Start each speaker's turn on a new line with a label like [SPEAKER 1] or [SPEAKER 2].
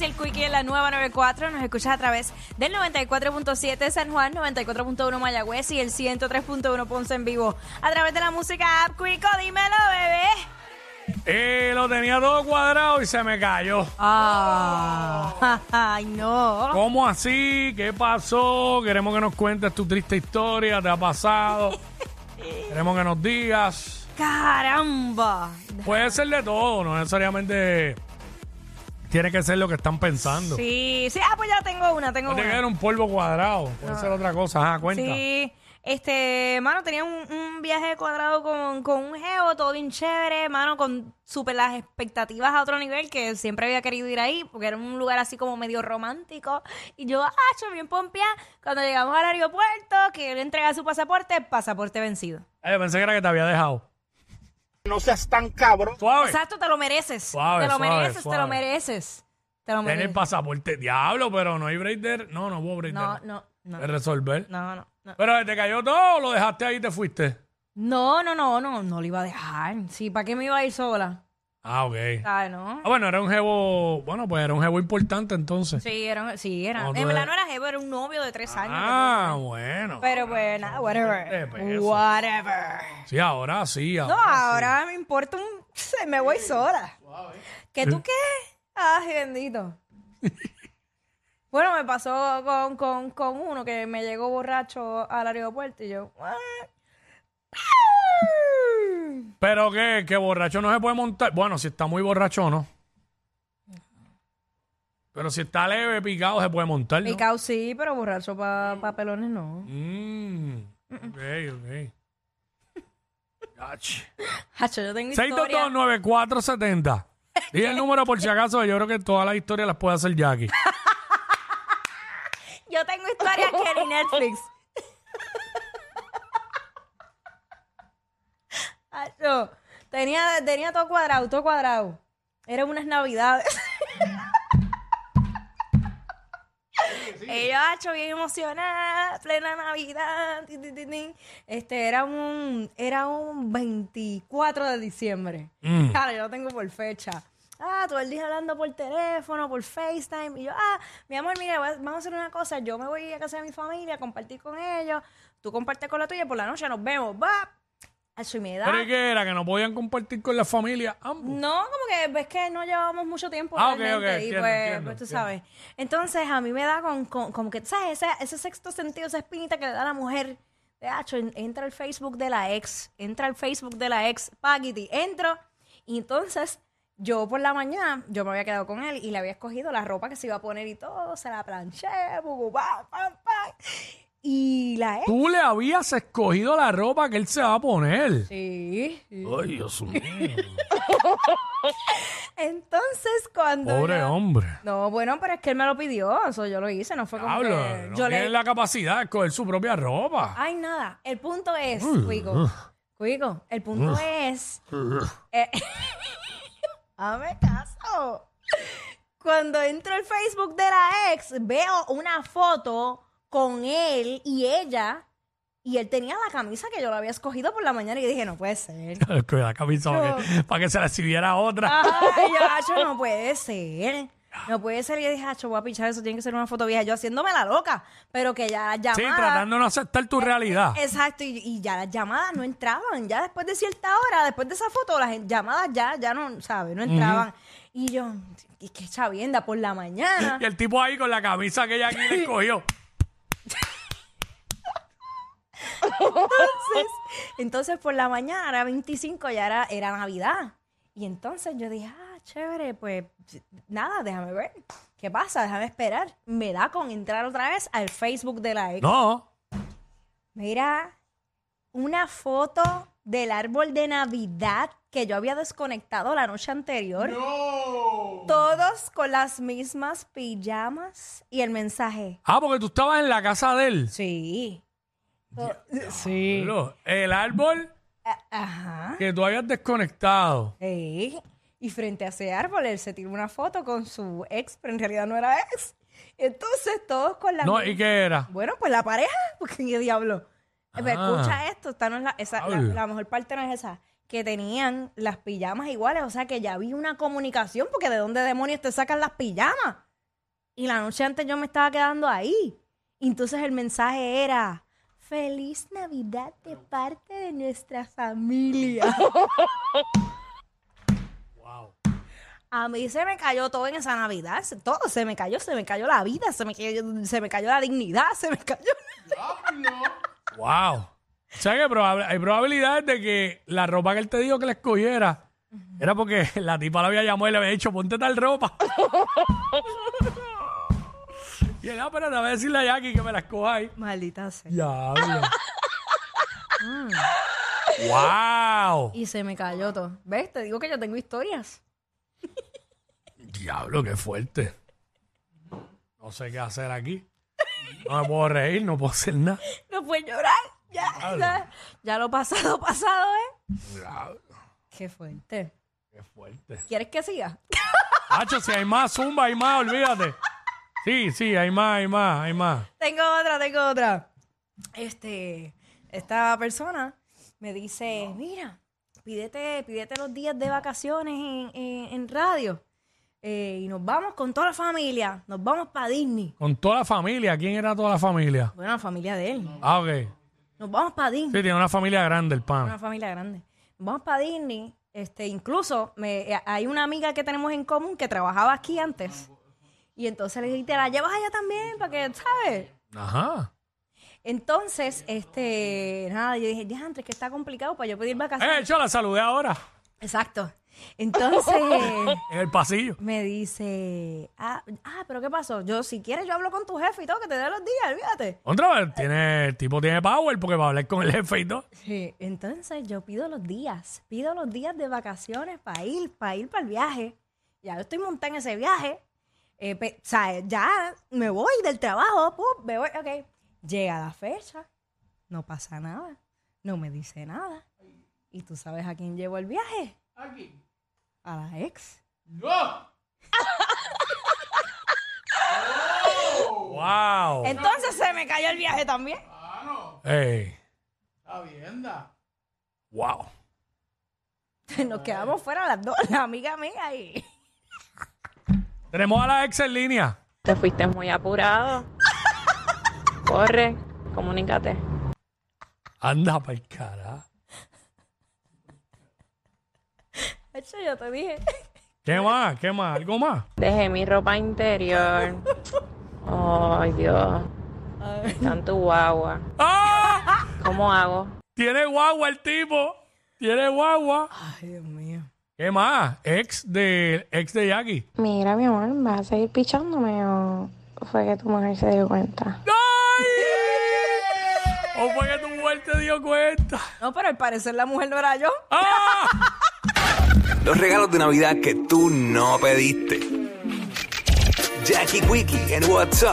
[SPEAKER 1] el Quickie en la nueva 94. Nos escuchas a través del 94.7 San Juan, 94.1 Mayagüez y el 103.1 Ponce en vivo. A través de la música app Quico, dímelo, bebé.
[SPEAKER 2] Eh, lo tenía todo cuadrado y se me cayó.
[SPEAKER 1] Ah, ay, no.
[SPEAKER 2] ¿Cómo así? ¿Qué pasó? Queremos que nos cuentes tu triste historia, te ha pasado. Queremos que nos digas.
[SPEAKER 1] Caramba.
[SPEAKER 2] Puede ser de todo, no necesariamente tiene que ser lo que están pensando.
[SPEAKER 1] Sí, sí, ah, pues ya tengo una, tengo
[SPEAKER 2] No tiene que ser
[SPEAKER 1] una.
[SPEAKER 2] un polvo cuadrado, puede ser otra cosa, ajá, cuenta.
[SPEAKER 1] Sí. Este, mano, tenía un, un viaje cuadrado con, con un geo, todo bien chévere, mano, con super las expectativas a otro nivel, que siempre había querido ir ahí, porque era un lugar así como medio romántico. Y yo, hacho, bien pompía, cuando llegamos al aeropuerto, que él entrega su pasaporte, pasaporte vencido.
[SPEAKER 2] Ay, yo Eh, pensé que era que te había dejado.
[SPEAKER 3] No seas tan cabro.
[SPEAKER 2] Suave.
[SPEAKER 1] Exacto, te lo mereces.
[SPEAKER 2] Suave,
[SPEAKER 1] te lo
[SPEAKER 2] suave,
[SPEAKER 1] mereces, te
[SPEAKER 2] suave.
[SPEAKER 1] lo mereces. Te lo
[SPEAKER 2] Tiene el
[SPEAKER 1] mereces.
[SPEAKER 2] pasaporte, diablo, pero no hay break de- No, no hubo break de-
[SPEAKER 1] No, no, no.
[SPEAKER 2] de resolver.
[SPEAKER 1] No, no, no.
[SPEAKER 2] Pero te cayó todo, lo dejaste ahí y te fuiste.
[SPEAKER 1] No, no, no, no, no lo iba a dejar. Sí, ¿para qué me iba a ir sola?
[SPEAKER 2] Ah, ok.
[SPEAKER 1] ¿Sabes, no?
[SPEAKER 2] Ah, bueno, era un jevo, bueno, pues era un jevo importante entonces.
[SPEAKER 1] Sí, era, sí, era.
[SPEAKER 2] No, tú
[SPEAKER 1] en verdad
[SPEAKER 2] eres-
[SPEAKER 1] no era jevo, era un novio de tres años.
[SPEAKER 2] Ah, bueno.
[SPEAKER 1] pero pues nada,
[SPEAKER 2] Eh,
[SPEAKER 1] whatever.
[SPEAKER 2] pues, eso.
[SPEAKER 1] Whatever.
[SPEAKER 2] Sí, ahora sí.
[SPEAKER 1] No, ah.
[SPEAKER 2] Ahora.
[SPEAKER 1] ahora me importa un... se Me voy sola. ¿Que
[SPEAKER 2] Eh.
[SPEAKER 1] tú qué? Ay, bendito. bueno, me pasó con, con, con uno que me llegó borracho al aeropuerto y yo... ah.
[SPEAKER 2] Pero que, que borracho no se puede montar. Bueno, si está muy borracho, no. Pero si está leve, picado, se puede montar. ¿no?
[SPEAKER 1] Picao sí, pero borracho para pelones no.
[SPEAKER 2] Mm, ok, ok. Ach.
[SPEAKER 1] Hacho, yo tengo historia.
[SPEAKER 2] 6229470. Dije el número por si acaso, yo creo que todas las historias las puede hacer Jackie.
[SPEAKER 1] Yo tengo historias que ni Netflix. Acho, tenía, tenía todo cuadrado, todo cuadrado. Eran unas navidades. Ella, acho, bien emocionada, plena navidad. tin, tin, tin, tin. Este, era un, era un 24 de diciembre.
[SPEAKER 2] Mm.
[SPEAKER 1] Claro, yo lo tengo por fecha. Ah, todo el día hablando por teléfono, por FaceTime. Y yo, ah, mi amor, mira, va- vamos a hacer una cosa. Yo me voy a casa de mi familia, a compartir con ellos. Tú compartes con la tuya, por la noche nos vemos. Va. Eso y me da.
[SPEAKER 2] Pero ¿y qué era? Que no podían compartir con la familia ambos.
[SPEAKER 1] No, como que ves que no llevábamos mucho tiempo
[SPEAKER 2] Ah, ok,
[SPEAKER 1] realmente.
[SPEAKER 2] ok,
[SPEAKER 1] y
[SPEAKER 2] entiendo,
[SPEAKER 1] pues,
[SPEAKER 2] entiendo,
[SPEAKER 1] pues tú
[SPEAKER 2] entiendo.
[SPEAKER 1] sabes. Entonces a mí me da con, con- como que, ¿sabes? Ese, ese sexto sentido, esa espinita que le da a la mujer. De hecho, entra al Facebook de la ex, entra al Facebook de la ex, Paquiti, entro. Y entonces yo por la mañana, yo me había quedado con él y le había escogido la ropa que se iba a poner y todo, se la planché, bubu, pa, pam, pam. Y la ex.
[SPEAKER 2] Tú le habías escogido la ropa que él se va a poner.
[SPEAKER 1] Sí. sí.
[SPEAKER 2] Ay, Dios mío.
[SPEAKER 1] Entonces cuando.
[SPEAKER 2] Pobre
[SPEAKER 1] yo-
[SPEAKER 2] hombre.
[SPEAKER 1] No, bueno, pero es que él me lo pidió, eso yo lo hice, no fue como
[SPEAKER 2] Pablo,
[SPEAKER 1] que
[SPEAKER 2] no
[SPEAKER 1] yo
[SPEAKER 2] tiene
[SPEAKER 1] le
[SPEAKER 2] la capacidad de escoger su propia ropa.
[SPEAKER 1] Ay, nada, el punto es, Cuico. Cuico, el punto es
[SPEAKER 2] Ah.
[SPEAKER 1] eh, Hazme caso. Cuando entro al Facebook de la ex, veo una foto con él y ella y él tenía la camisa que yo le había escogido por la mañana y dije, no puede ser.
[SPEAKER 2] Que la camisa para que, para que se la exhibiera otra.
[SPEAKER 1] Ay, yo, Acho, no puede ser. No puede ser. Y yo dije, Acho, voy a pichar eso. Tiene que ser una foto vieja. Yo haciéndome la loca. Pero que ya las llamadas.
[SPEAKER 2] sí, tratando de no aceptar tu realidad.
[SPEAKER 1] Exacto. Y, y ya las llamadas no entraban. Ya después de cierta hora, después de esa foto, las en- llamadas ya, ya no, ¿sabes? No entraban. Y yo, y qué chavienda por la mañana.
[SPEAKER 2] Y el tipo ahí con la camisa que ella aquí le escogió.
[SPEAKER 1] Entonces, entonces por la mañana, era 25, ya era, era Navidad. Y entonces yo dije, ah, chévere, pues nada, déjame ver. ¿Qué pasa? Déjame esperar. Me da con entrar otra vez al Facebook de la ex.
[SPEAKER 2] No.
[SPEAKER 1] Mira, una foto del árbol de Navidad que yo había desconectado la noche anterior. Todos con las mismas pijamas y el mensaje.
[SPEAKER 2] Ah, porque tú estabas en la casa de él.
[SPEAKER 1] Sí. To-
[SPEAKER 2] Sí. El árbol
[SPEAKER 1] A- Ajá.
[SPEAKER 2] que tú habías desconectado.
[SPEAKER 1] Ey, Y frente a ese árbol, él se tiró una foto con su ex, pero en realidad no era ex. Entonces, todos con la.
[SPEAKER 2] No,
[SPEAKER 1] misma-
[SPEAKER 2] ¿y qué era?
[SPEAKER 1] Bueno, pues la pareja, porque qué diablo. Eh, pero
[SPEAKER 2] Ah.
[SPEAKER 1] Escucha esto, esta no es la, esa- la,
[SPEAKER 2] Diablo.
[SPEAKER 1] la mejor parte no es esa. Que tenían las pijamas iguales, o sea que ya había una comunicación, porque ¿de dónde demonios te sacan las pijamas? Y la noche antes yo me estaba quedando ahí. Y entonces el mensaje era, feliz Navidad de parte de nuestra familia.
[SPEAKER 2] Wow.
[SPEAKER 1] A mí se me cayó todo en esa Navidad, se- todo se me cayó, se me cayó la vida, se me cayó, se me cayó la dignidad, se me cayó...
[SPEAKER 2] Wow. O sea que proba- hay probabilidades de que la ropa que él te dijo que le escogiera era porque la tipa la había llamado y le había dicho, ponte tal ropa. y él, ah, pero te voy a decirle a Jackie que me la escoja ahí.
[SPEAKER 1] Maldita sea.
[SPEAKER 2] Ya, ¡Wow!
[SPEAKER 1] Y se me cayó todo. ¿Ves? Te digo que yo tengo historias.
[SPEAKER 2] Diablo, qué fuerte. No sé qué hacer aquí. No me puedo reír, no puedo hacer nada.
[SPEAKER 1] No puedes llorar. Ya,
[SPEAKER 2] Diablo.
[SPEAKER 1] ya, ya lo pasado, pasado, ¿eh?
[SPEAKER 2] Diablo,
[SPEAKER 1] Qué fuerte.
[SPEAKER 2] qué fuerte.
[SPEAKER 1] ¿Quieres que siga?
[SPEAKER 2] Hacho, si hay más zumba, hay más, olvídate. Sí, sí, hay más, hay más, hay más.
[SPEAKER 1] Tengo otra, tengo otra. Este, esta persona me dice, mira, pídete, pídete los días de vacaciones en, en- en radio. Eh, y nos vamos con toda la familia. Nos vamos para Disney.
[SPEAKER 2] Con toda la familia. ¿Quién era toda la familia?
[SPEAKER 1] Bueno, la familia de él.
[SPEAKER 2] Ah, ok.
[SPEAKER 1] Nos vamos para Disney.
[SPEAKER 2] Sí, tiene una familia grande el pan.
[SPEAKER 1] una familia grande. Vamos para Disney. Este, incluso me, eh, hay una amiga que tenemos en común que trabajaba aquí antes. Y entonces le dije, te la llevas allá también para que, ¿sabes?
[SPEAKER 2] Ajá.
[SPEAKER 1] Entonces, este, nada, yo dije, ya, antes que está complicado para yo pedir vacaciones.
[SPEAKER 2] Eh, yo la saludé ahora.
[SPEAKER 1] Exacto. Entonces,
[SPEAKER 2] En el pasillo.
[SPEAKER 1] me dice, ah, ah, pero ¿qué pasó? Yo, si quieres, yo hablo con tu jefe y todo, que te dé los días, olvídate.
[SPEAKER 2] Contra, tiene, el tipo tiene power porque va a hablar con el jefe y todo.
[SPEAKER 1] Sí, entonces yo pido los días, pido los días de vacaciones para ir, para ir para el viaje. Ya yo estoy montada en ese viaje. eh, pe- o sea, ya me voy del trabajo, pum, me voy, ok. Llega la fecha, no pasa nada, no me dice nada. ¿Y tú sabes a quién llevo el viaje? A la ex.
[SPEAKER 2] ¡Wow!
[SPEAKER 1] Entonces se me cayó el viaje también.
[SPEAKER 2] ¡Ey! ¡Wow!
[SPEAKER 1] Nos quedamos fuera las dos, la amiga mía y...
[SPEAKER 2] Tenemos a la ex en línea.
[SPEAKER 4] Te fuiste muy apurado. Corre, comunícate.
[SPEAKER 2] Anda para el cara.
[SPEAKER 1] De hecho, yo te dije.
[SPEAKER 2] ¿Qué más? ¿Qué más? ¿Algo más?
[SPEAKER 4] Dejé mi ropa interior. Ay, Dios.
[SPEAKER 1] Ay.
[SPEAKER 4] Tanto guagua.
[SPEAKER 2] ¡Ah!
[SPEAKER 4] ¿Cómo hago?
[SPEAKER 2] Tiene guagua el tipo. Tiene guagua.
[SPEAKER 1] Ay, Dios mío.
[SPEAKER 2] ¿Qué más? Ex de, ex de Jackie.
[SPEAKER 5] Mira, mi amor, ¿vas a seguir pichándome o fue que tu mujer se dio cuenta?
[SPEAKER 2] ¡Ay! ¿O fue que tu mujer te dio cuenta?
[SPEAKER 1] No, pero al parecer la mujer no era yo.
[SPEAKER 2] ¡Ah!
[SPEAKER 6] Los regalos de Navidad que tú no pediste. Jackie Quickie en WhatsApp.